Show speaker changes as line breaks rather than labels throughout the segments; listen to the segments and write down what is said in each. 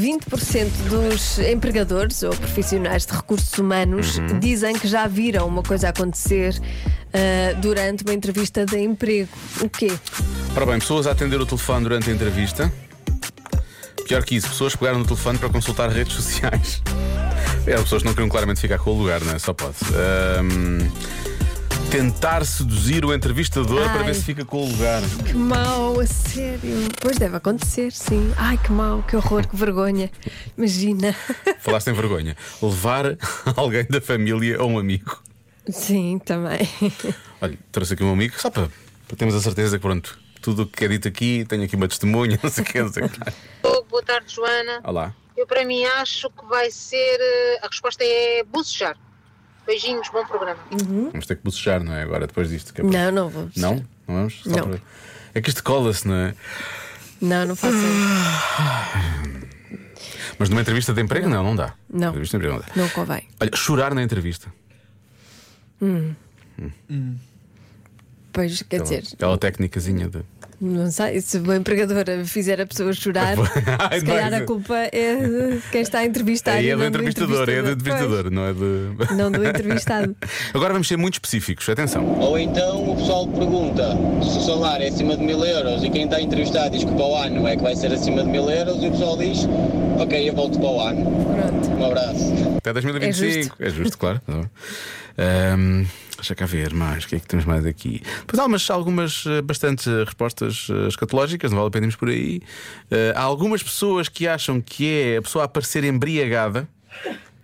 20% dos empregadores ou profissionais de recursos humanos
Uhum.
dizem que já viram uma coisa acontecer ah, durante uma entrevista de emprego. O quê?
Ora bem, pessoas a atender o telefone durante a entrevista. Pior que isso, pessoas pegaram no telefone para consultar redes sociais. É, pessoas que não queriam claramente ficar com o lugar, não é? Só pode. Ahm, tentar seduzir o entrevistador para
Ai.
ver se fica com o lugar.
Que mau, a sério. Pois deve acontecer, sim. Ai, que mau, que horror, que vergonha. Imagina.
Falaste sem vergonha. Levar alguém da família ou um amigo.
Sim, também.
Olha, trouxe aqui um amigo só para, para termos a certeza que pronto, tudo o que é dito aqui, tenho aqui uma testemunha, não sei o que, não sei o que.
Diogo, boa tarde, Joana.
Olá.
Eu, para mim, acho que vai ser. eh, A resposta é bucejar. Beijinhos, bom programa.
Vamos ter que bocejar, não é? Agora, depois disto. que é para-
Não, não vou.
Não? Não vamos? Só
Não.
para- É que isto cola-se, não é?
Não, não faço isso.
Mas numa entrevista de emprego, não, não, dá.
Não.
Entrevista de emprego, não dá.
Não convém.
Olha, chorar na entrevista.
Pois,
Tá
quer dizer,
Aquela técnicazinha de.
não sei, se uma empregadora fizer a pessoa chorar,
Ai,
se calhar
bem.
a culpa é de quem está a entrevistar.
Aí
e
é do
não
entrevistador, é do entrevistador, não é
Pois,
de.
não do entrevistado.
Agora vamos ser muito específicos, atenção.
Ou então o pessoal pergunta se o salário é acima de mil euros e quem está entrevistado diz que para o ano é que vai ser acima de mil euros e o pessoal diz, ok, eu volto para o ano.
Pronto.
Um abraço.
Até 2025. É justo, claro. é? Ahm, deixa cá ver mais, o que é que temos mais aqui? Pois há algumas, algumas eh, bastante eh, respostas eh, escatológicas, não vale a pena irmos por aí. Eh, há algumas pessoas que acham que é a pessoa a aparecer embriagada.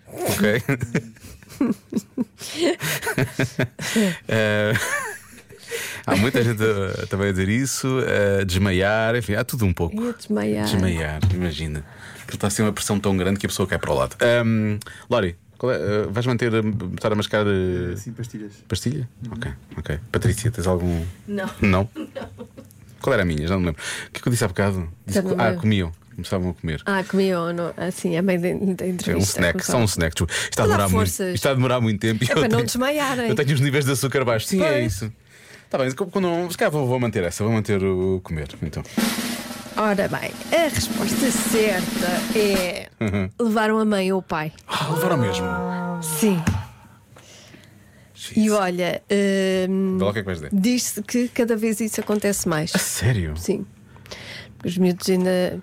Ok? Eh, há muita gente a- também a dizer isso, a desmaiar, enfim, há tudo um pouco.
Ia desmaiar.
Desmaiar, imagina. Aquilo está a ser uma pressão tão grande que a pessoa cai para o lado. Ahm, Lori, qual é, ah, vais manter a estar a mascar ah,
Sim, pastilhas. Uhum.
pastilha? Ok, ok. Patrícia, tens algum.
Não.
Não? Qual era a minha? Já não lembro. O que é que eu disse há bocado? Disse
Já não
que- ah,
lembro.
comiam. Começavam a comer.
Ah, comi ou não? Assim, a meio da da entrevista.
É um snack,
começava.
só um snack. desculpa. Isto está a
Para dar
demorar muito,
forças.
isto está a demorar muito tempo. e
É
eu
para não
tenho-
desmaiarem.
Eu tenho os níveis de açúcar baixos. Sim, é
Pois.
isso. Está bem, mas como- quando não- se calhar vou, vou manter essa, vou manter o comer. Então.
Ora bem, a resposta certa é
Uhum.
levaram a mãe ou o pai.
Ah, levaram mesmo.
Sim. E olha, hum,
Vê lá o que é que vais dizer.
diz-se que cada vez isso acontece mais.
A sério?
Sim. Os miúdos ainda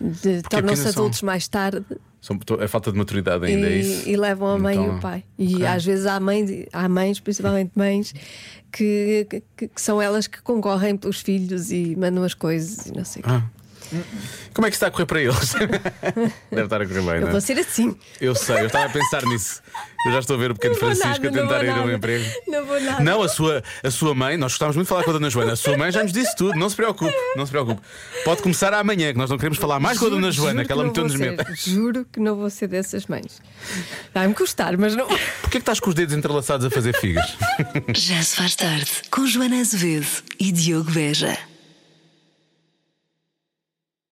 de- tornam-se
ainda são-
adultos mais tarde
São- tô- é falta de maturidade ainda, é isso?
e, e levam a mãe
Então,
e o pai. E
ok.
às vezes há mães, há mães, principalmente mães, que, que- que são elas que concorrem pelos filhos e mandam as coisas e não sei o quê.
Ah. Como é que está a correr para eles? Deve estar a correr bem,
Eu
não
vou
é?
ser assim.
Eu sei, eu estava a pensar nisso. Eu já estou a ver o pequeno
Não vou
Francisco
nada,
a
não vou
tentar ir a um
nada.
emprego.
Não vou nada.
Não, a sua, a sua mãe, nós gostávamos muito de falar com a Dona Joana. A sua mãe já nos disse tudo, não se preocupe, não se preocupe. Pode começar amanhã, que nós não queremos falar mais com a Dona Joana,
juro
que ela
não vou
meteu-nos medo.
ser. Juro que não vou ser dessas mães. Vai-me custar, mas não.
Porquê é que estás com os dedos entrelaçados a fazer figas?
Já se faz tarde com Joana Azevedo e Diogo Veja.